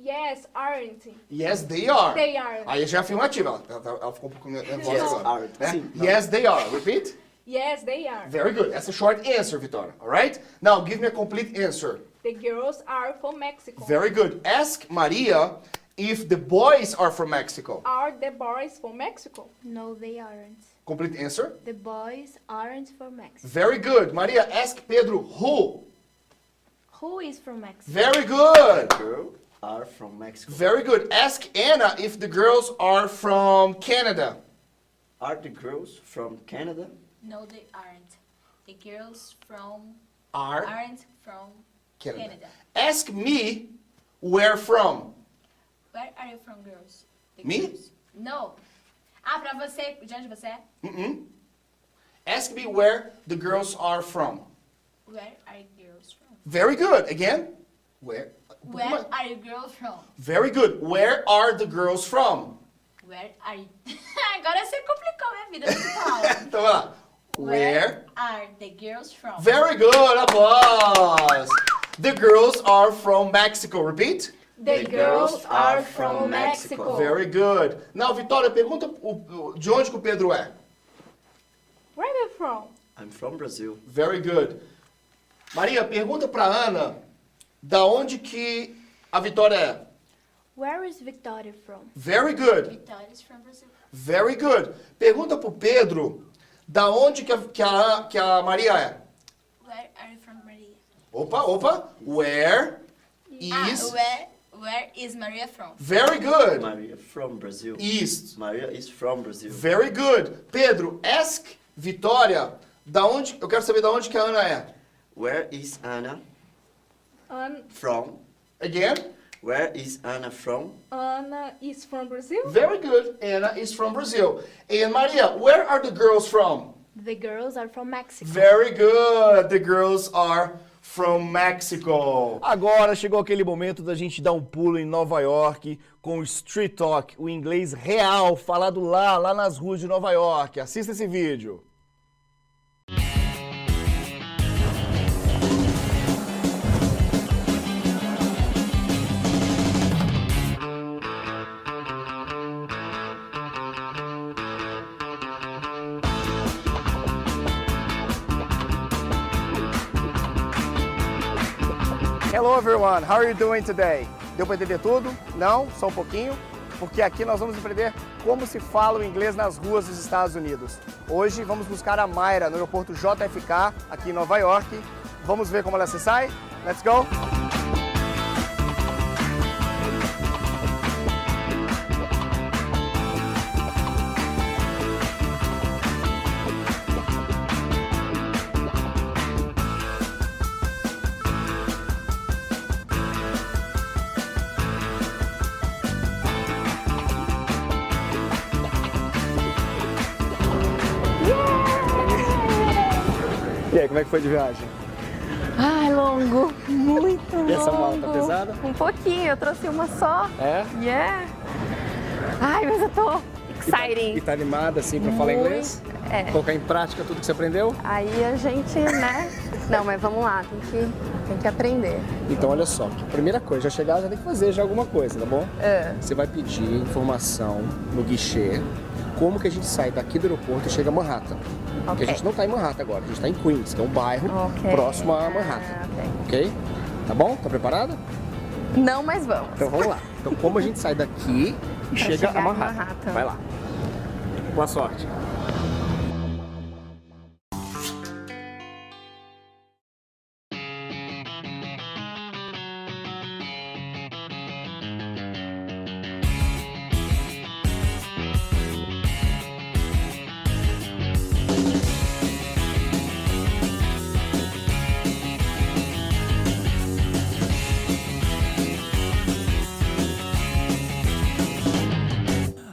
[SPEAKER 6] Yes, aren't.
[SPEAKER 1] Yes, they are.
[SPEAKER 6] They are.
[SPEAKER 1] Aí já é afirmativa. Ela, ela- ela ficou um pouco nervosa
[SPEAKER 3] Yes,
[SPEAKER 1] agora.
[SPEAKER 3] are.
[SPEAKER 1] né?
[SPEAKER 3] Sim.
[SPEAKER 1] Yes, they are. Repeat.
[SPEAKER 6] Yes, they are.
[SPEAKER 1] Very good. That's a short answer, Vitória. All right? Now, give me a complete answer.
[SPEAKER 6] The girls are from Mexico.
[SPEAKER 1] Very good. Ask Maria if the boys are from Mexico.
[SPEAKER 6] Are the boys from Mexico?
[SPEAKER 4] No, they aren't.
[SPEAKER 1] Complete answer.
[SPEAKER 4] The boys aren't from Mexico.
[SPEAKER 1] Very good. Maria, ask Pedro who.
[SPEAKER 4] Who is from Mexico?
[SPEAKER 1] Very good.
[SPEAKER 3] Girl are from Mexico.
[SPEAKER 1] Very good. Ask Anna if the girls are from Canada.
[SPEAKER 3] Are the girls from Canada?
[SPEAKER 5] No, they aren't. The girls from
[SPEAKER 1] Are
[SPEAKER 5] aren't from
[SPEAKER 1] Canada.
[SPEAKER 5] Canada.
[SPEAKER 1] Ask me where from.
[SPEAKER 5] Where are you from, girls? The
[SPEAKER 1] Me?
[SPEAKER 5] Girls. No. Ah, pra você, de onde você é?
[SPEAKER 1] Mm-mm. Ask me where the girls are from.
[SPEAKER 5] Where are you girls from?
[SPEAKER 1] Very good. Again, where?
[SPEAKER 5] Where are you girls from?
[SPEAKER 1] Very good. Where are the girls from?
[SPEAKER 5] Where are you... Agora você complicou minha vida, muito mal.
[SPEAKER 1] Então vai lá. Where?
[SPEAKER 5] Where are the girls from?
[SPEAKER 1] Very good. Applause. The girls are from Mexico. Repeat.
[SPEAKER 6] The, girls, are from Mexico.
[SPEAKER 1] Very good. Now, Vitória, pergunta o- o- de onde que o Pedro é.
[SPEAKER 6] Where are you from?
[SPEAKER 3] I'm from Brazil.
[SPEAKER 1] Very good. Maria, pergunta pra Ana da onde que a Vitória é.
[SPEAKER 4] Where is Victoria from?
[SPEAKER 1] Very good.
[SPEAKER 5] Vitória is from Brazil.
[SPEAKER 1] Very good. Pergunta pro Pedro da onde que a, que a, que a Maria é.
[SPEAKER 5] Where are you from, Maria?
[SPEAKER 1] Opa, opa. Where is.
[SPEAKER 5] Ah, where, where is Maria from?
[SPEAKER 1] Very good.
[SPEAKER 3] Maria from Brazil.
[SPEAKER 1] East.
[SPEAKER 3] Maria is from Brazil.
[SPEAKER 1] Very good. Pedro, ask Vitória da onde. Eu quero saber da onde que a Ana é.
[SPEAKER 3] Where is Anna
[SPEAKER 6] An-
[SPEAKER 3] from?
[SPEAKER 1] Again.
[SPEAKER 3] Where is Anna from?
[SPEAKER 6] Ana is from Brazil.
[SPEAKER 1] Very good. Anna is from Brazil. And Maria, where are the girls from?
[SPEAKER 4] The girls are from Mexico.
[SPEAKER 1] Very good. The girls are from Mexico. Agora chegou aquele momento da gente dar um pulo em Nova York com o Street Talk, o inglês real falado lá, lá nas ruas de Nova York. Assista esse vídeo. Hello everyone, how are you doing today? Deu para entender tudo? Não, só um pouquinho, porque aqui nós vamos aprender como se fala o inglês nas ruas dos Estados Unidos. Hoje vamos buscar a Mayra no aeroporto JFK, aqui em Nova York. Vamos ver como ela se sai? Let's go!
[SPEAKER 7] que é? Como é que foi de viagem?
[SPEAKER 8] Ai, longo, muito longo.
[SPEAKER 7] E essa mala tá pesada?
[SPEAKER 8] Um pouquinho, eu trouxe uma só.
[SPEAKER 7] É?
[SPEAKER 8] Yeah. Ai, mas eu tô
[SPEAKER 7] E tá-
[SPEAKER 8] exciting.
[SPEAKER 7] E tá animada assim pra falar
[SPEAKER 8] Muito,
[SPEAKER 7] inglês?
[SPEAKER 8] é.
[SPEAKER 7] Colocar em prática tudo que você aprendeu?
[SPEAKER 8] Aí a gente, né? Não, mas vamos lá, tem que, tem que aprender.
[SPEAKER 7] Então olha só, primeira coisa, já chegar já tem que fazer já alguma coisa, tá bom?
[SPEAKER 8] É.
[SPEAKER 7] Você vai pedir informação no guichê como que a gente sai daqui do aeroporto e chega a Manhattan. Porque a gente não tá em Manhattan agora, a gente tá em Queens, que é um bairro
[SPEAKER 8] Ok.
[SPEAKER 7] próximo a
[SPEAKER 8] Ah,
[SPEAKER 7] Manhattan.
[SPEAKER 8] ok.
[SPEAKER 7] ok? Tá bom? Tá preparada?
[SPEAKER 8] Não, mas vamos.
[SPEAKER 7] Então vamos lá. Então como a gente sai daqui e chega
[SPEAKER 8] chegar
[SPEAKER 7] a
[SPEAKER 8] em
[SPEAKER 7] Manhattan.
[SPEAKER 8] Manhattan.
[SPEAKER 7] Vai lá. Boa sorte.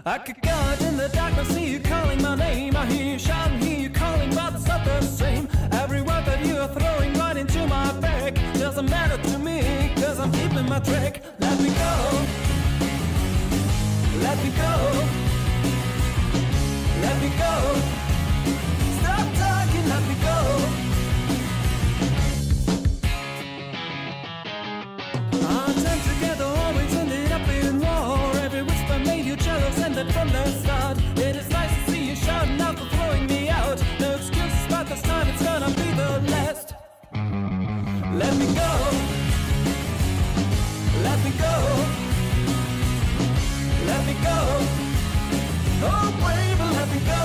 [SPEAKER 9] I could go out in the dark and see you calling my name. I hear you shouting, hear you calling, but it's not the same. Every word that you are throwing right into my back doesn't matter to me, cause I'm keeping my track. Let me go. Let me go. Let me go. Stop talking, let me go. Our time together always ended up in war. Every whisper made you jealous, and then from the start, it is nice to see you shouting out for throwing me out. No excuses, but this time it's gonna be the last. Let me go. Let me go. Let me go. Oh, baby, let me go.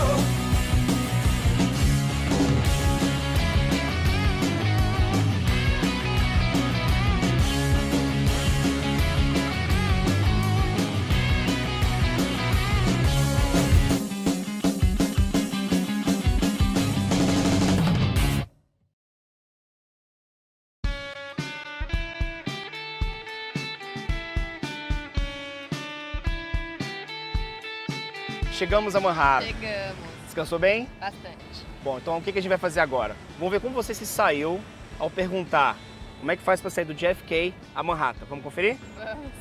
[SPEAKER 1] Chegamos a Manhattan.
[SPEAKER 10] Chegamos,
[SPEAKER 1] Descansou bem?
[SPEAKER 10] bastante.
[SPEAKER 1] Bom, então o que que a gente vai fazer agora? Vamos ver como você se saiu ao perguntar como é que faz para sair do JFK a Manhattan. Vamos conferir?
[SPEAKER 10] Vamos.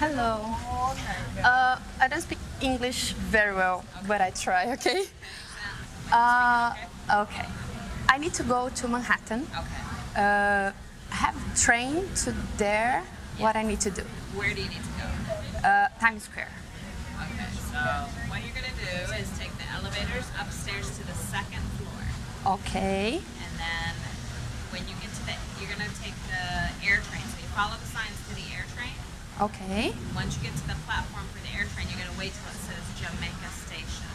[SPEAKER 8] Hello. Uh, I don't speak English very well, but I try, okay? Uh, okay. I need to go to Manhattan.
[SPEAKER 10] Okay.
[SPEAKER 8] Uh, have train to there. What I need to do?
[SPEAKER 10] Where do you need to go?
[SPEAKER 8] Uh, Times Square.
[SPEAKER 10] Okay, so what you're gonna do is take the elevators upstairs to the second floor.
[SPEAKER 8] Okay.
[SPEAKER 10] And then when you get to the, you're gonna take the air train. So you follow the signs to the air train.
[SPEAKER 8] Okay.
[SPEAKER 10] Once you get to the platform for the air train, you're gonna wait till it says Jamaica Station.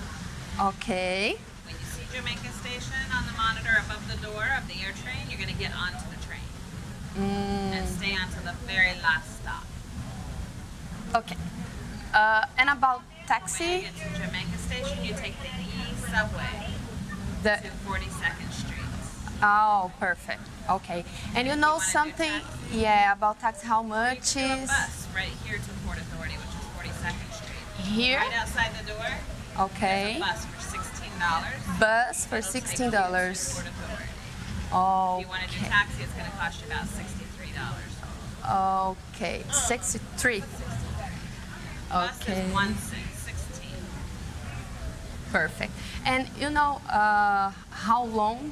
[SPEAKER 8] Okay.
[SPEAKER 10] When you see Jamaica Station on the monitor above the door of the air train, you're gonna get onto the train. And stay onto the very last stop.
[SPEAKER 8] Okay. Uh, and about
[SPEAKER 10] When
[SPEAKER 8] taxi,
[SPEAKER 10] you get to Jamaica Station, you take the E subway
[SPEAKER 8] the
[SPEAKER 10] to 42nd Street.
[SPEAKER 8] oh, perfect. Okay. And you know
[SPEAKER 10] wanna do
[SPEAKER 8] something? Yeah, about taxi. How much
[SPEAKER 10] You take a
[SPEAKER 8] is
[SPEAKER 10] bus right here to Port Authority, which is 42nd Street.
[SPEAKER 8] here?
[SPEAKER 10] Right outside the door,
[SPEAKER 8] Okay.
[SPEAKER 10] bus for $16.
[SPEAKER 8] Bus for
[SPEAKER 10] It'll take you
[SPEAKER 8] sixteen
[SPEAKER 10] to
[SPEAKER 8] dollars.
[SPEAKER 10] Port Authority. If
[SPEAKER 8] Oh,
[SPEAKER 10] you want to do taxi, it's going to cost you about $63.
[SPEAKER 8] okay. Sixty-three.
[SPEAKER 10] Bus
[SPEAKER 8] Okay.
[SPEAKER 10] is one six- 16.
[SPEAKER 8] Perfect. And you know uh, how long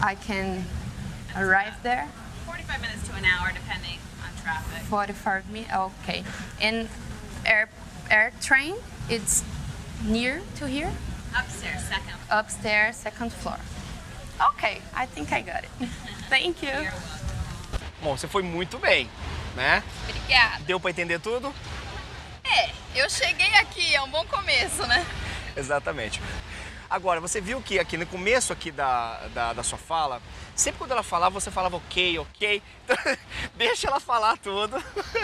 [SPEAKER 8] I can arrive there?
[SPEAKER 10] 45 minutes to an hour, depending on traffic.
[SPEAKER 8] Forty-five minutes. Okay. And air air train? It's near to here.
[SPEAKER 10] Upstairs, second.
[SPEAKER 8] upstairs, second floor. Okay, I think I got it. Thank you.
[SPEAKER 1] Bom, você foi muito bem, né?
[SPEAKER 10] Obrigada.
[SPEAKER 1] Deu para entender tudo?
[SPEAKER 10] É, eu cheguei aqui, é um bom começo, né?
[SPEAKER 1] Exatamente. Agora, você viu que aqui no começo aqui da, da, da sua fala, sempre quando ela falava, você falava ok, ok. Então, deixa ela falar tudo.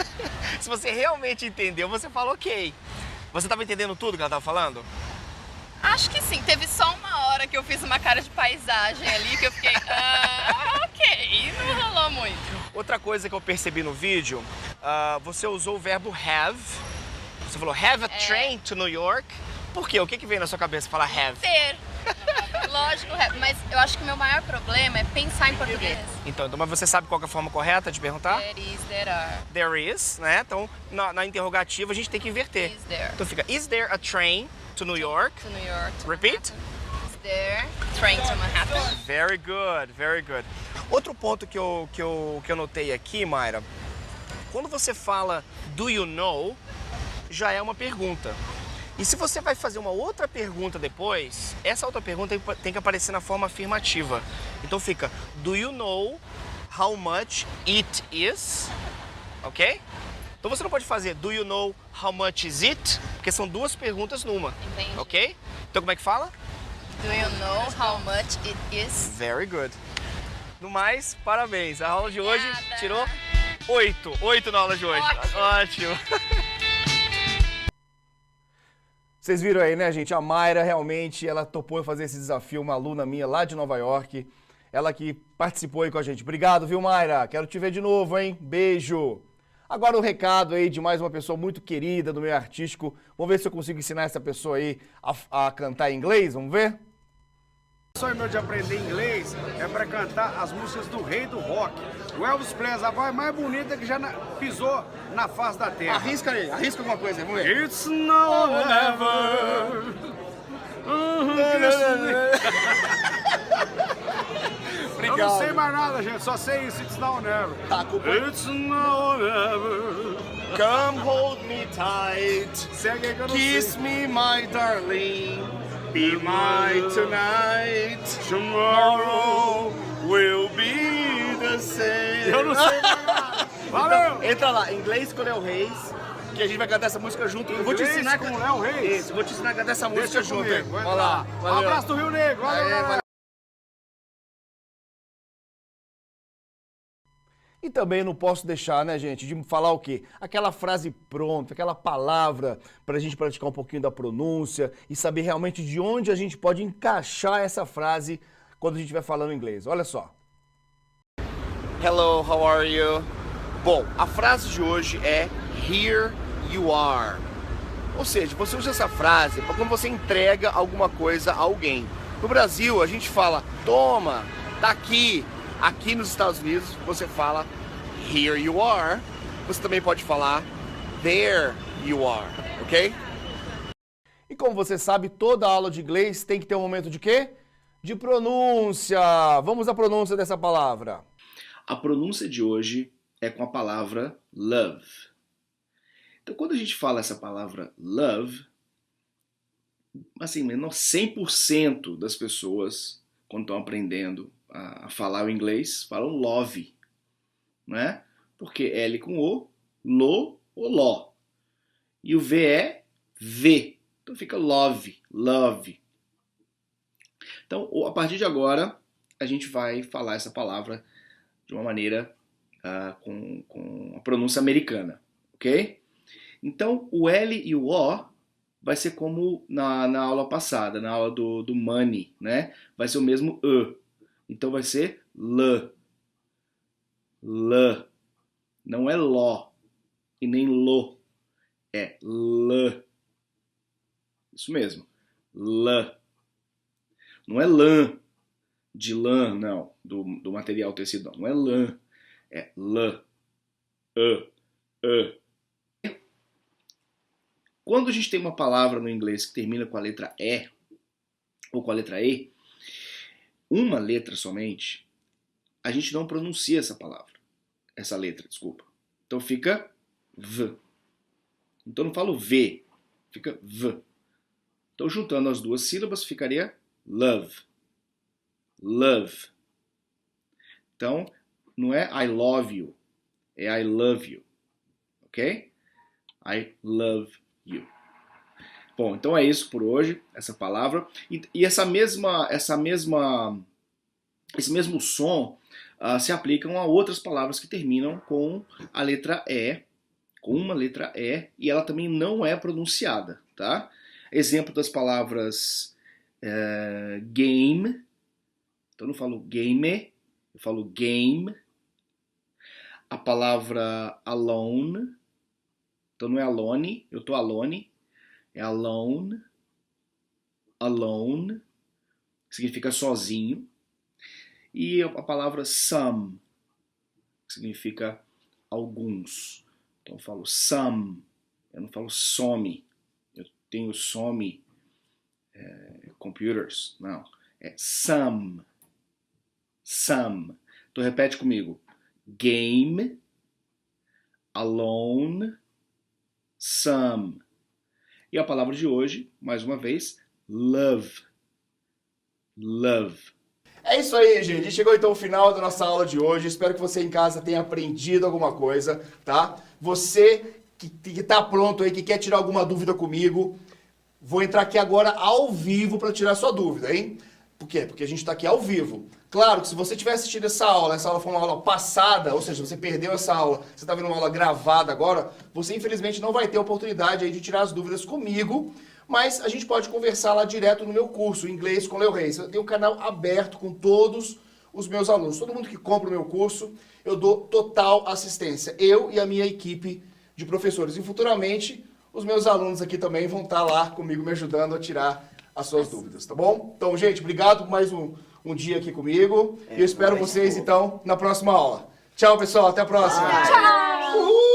[SPEAKER 1] Se você realmente entendeu, você fala ok. Você estava entendendo tudo que ela estava falando?
[SPEAKER 10] Acho que sim. Teve só uma hora que eu fiz uma cara de paisagem ali que eu fiquei. Ah, ok. Não rolou muito.
[SPEAKER 1] Outra coisa que eu percebi no vídeo, ah, você usou o verbo have. Você falou have a train to New York. Por quê? O que, que veio na sua cabeça falar have?
[SPEAKER 10] Ter. é,
[SPEAKER 8] lógico, rap, mas eu acho que o meu maior problema é pensar em português.
[SPEAKER 11] Então, então, mas você sabe qual que é a forma correta de perguntar?
[SPEAKER 8] There is, there are.
[SPEAKER 11] There is, né? Então, na, na interrogativa a gente tem que inverter.
[SPEAKER 8] Is there.
[SPEAKER 11] Então fica, is there a train to New York?
[SPEAKER 8] To New York.
[SPEAKER 11] Repeat.
[SPEAKER 8] Is there train to Manhattan?
[SPEAKER 11] Very good, very good. Outro ponto que eu, que eu, que eu notei aqui, Mayra, quando você fala do you know, já é uma pergunta. E se você vai fazer uma outra pergunta depois, essa outra pergunta tem que- tem que aparecer na forma afirmativa. Então fica, do you know how much it is? Ok? Então você não pode fazer do you know how much is it? Porque são duas perguntas numa.
[SPEAKER 8] Entendi.
[SPEAKER 11] Ok? Então como é que fala?
[SPEAKER 8] Do you know how much it is?
[SPEAKER 11] Very good. No mais, parabéns. A aula de hoje tirou oito. Oito na aula de hoje. Tá Ótimo.
[SPEAKER 1] Vocês viram aí, né, gente? A Mayra realmente ela topou fazer esse desafio, uma aluna minha lá de Nova York. Ela que participou aí com a gente. Obrigado, viu, Mayra? Quero te ver de novo, hein? Beijo. Agora um recado aí de mais uma pessoa muito querida do meio artístico. Vamos ver se eu consigo ensinar essa pessoa aí a, a cantar em inglês. Vamos ver?
[SPEAKER 12] O sonho meu de aprender inglês é para cantar as músicas do rei do rock. O Elvis Presley, a voz mais bonita que já na- pisou na face da terra.
[SPEAKER 1] Arrisca aí, arrisca alguma coisa, vamos
[SPEAKER 12] ver. It's now or never. Uhum. Eu não sei mais nada, gente, só sei isso. It's now or never.
[SPEAKER 1] Tá,
[SPEAKER 12] It's now or never.
[SPEAKER 1] Come hold me tight.
[SPEAKER 12] Segue aí que eu não
[SPEAKER 1] Kiss
[SPEAKER 12] sei.
[SPEAKER 1] me, my darling. Be my tonight. Tomorrow will be the same.
[SPEAKER 12] Eu não sei mais
[SPEAKER 1] Valeu! entra lá, inglês com o Léo Reis, que a gente vai cantar essa música junto. Eu vou te
[SPEAKER 12] Inglês
[SPEAKER 1] ensinar
[SPEAKER 12] com o Léo Reis.
[SPEAKER 1] Isso, vou te ensinar a cantar essa
[SPEAKER 12] Deixa
[SPEAKER 1] música junto.
[SPEAKER 12] comigo,
[SPEAKER 1] é hein?
[SPEAKER 12] vai
[SPEAKER 1] Vai
[SPEAKER 12] lá.
[SPEAKER 1] lá. valeu.
[SPEAKER 12] Abraço do Rio Negro, valeu,
[SPEAKER 1] Aê,
[SPEAKER 12] galera.
[SPEAKER 1] E também não posso deixar, né, gente, de falar o quê? Aquela frase pronta, aquela palavra para a gente praticar um pouquinho da pronúncia e saber realmente de onde a gente pode encaixar essa frase quando a gente estiver falando inglês. Olha só.
[SPEAKER 11] Hello, how are you? Bom, a frase de hoje é Here you are. Ou seja, você usa essa frase para quando você entrega alguma coisa a alguém. No Brasil, a gente fala toma, tá aqui. Aqui nos Estados Unidos, você fala Here you are. Você também pode falar There you are, ok?
[SPEAKER 1] E como você sabe, toda aula de inglês tem que ter um momento de quê? De pronúncia. Vamos à pronúncia dessa palavra.
[SPEAKER 11] A pronúncia de hoje é com a palavra love. Então, quando a gente fala essa palavra love, assim, menos 100% das pessoas, quando estão aprendendo a, a falar o inglês, falam love, né? Porque L com O, lo ou ló. E o V é V. Então fica love, love. Então, o- a partir de agora, a gente vai falar essa palavra de uma maneira ah, com, com a pronúncia americana, ok? Então, o L e o O vai ser como na, na aula passada, na aula do, do money, né? Vai ser o mesmo E. Então, vai ser L. L. Não é Ló e nem Lô. É L. Isso mesmo. L. Não é lã, de lã, não, do, do material tecidão. Não é lã, é lã. Ã, ã. Quando a gente tem uma palavra no inglês que termina com a letra E ou com a letra E, uma letra somente, a gente não pronuncia essa palavra, essa letra, desculpa. Então fica V. Então não falo V, fica V. Então juntando as duas sílabas ficaria love love. Então, não é I love you, é I love you. Ok? I love you. Bom, então é isso por hoje, essa palavra. E, e essa mesma, essa mesma, esse mesmo som ah, se aplicam a outras palavras que terminam com a letra E, com uma letra E, e ela também não é pronunciada, tá? Exemplo das palavras eh, game, então eu não falo game, eu falo game. A palavra alone, então não é alone, eu tô alone, é alone, alone. que significa sozinho, e a palavra some, que significa alguns. Então eu falo some, eu não falo some. Eu tenho some é, computers, não. É some. Some. Então repete comigo. Game, alone, some. E a palavra de hoje, mais uma vez, love. Love.
[SPEAKER 1] É isso aí, gente. Chegou então o final da nossa aula de hoje. Espero que você em casa tenha aprendido alguma coisa, tá? Você que, que tá pronto aí, que quer tirar alguma dúvida comigo, vou entrar aqui agora ao vivo para tirar sua dúvida, hein? Por quê? Porque a gente está aqui ao vivo. Claro que se você tiver assistido essa aula, essa aula foi uma aula passada, ou seja, você perdeu essa aula, você está vendo uma aula gravada agora, você infelizmente não vai ter a oportunidade aí de tirar as dúvidas comigo, mas a gente pode conversar lá direto no meu curso, Inglês com Leo Reis. Eu tenho um canal aberto com todos os meus alunos. Todo mundo que compra o meu curso, eu dou total assistência. Eu e a minha equipe de professores. E futuramente, os meus alunos aqui também vão estar lá comigo me ajudando a tirar as suas dúvidas, tá bom? Então, gente, obrigado por mais um, um dia aqui comigo. e eu espero vocês, então, na próxima aula. Tchau, pessoal. Até a próxima.
[SPEAKER 9] Tchau.
[SPEAKER 1] Uhul!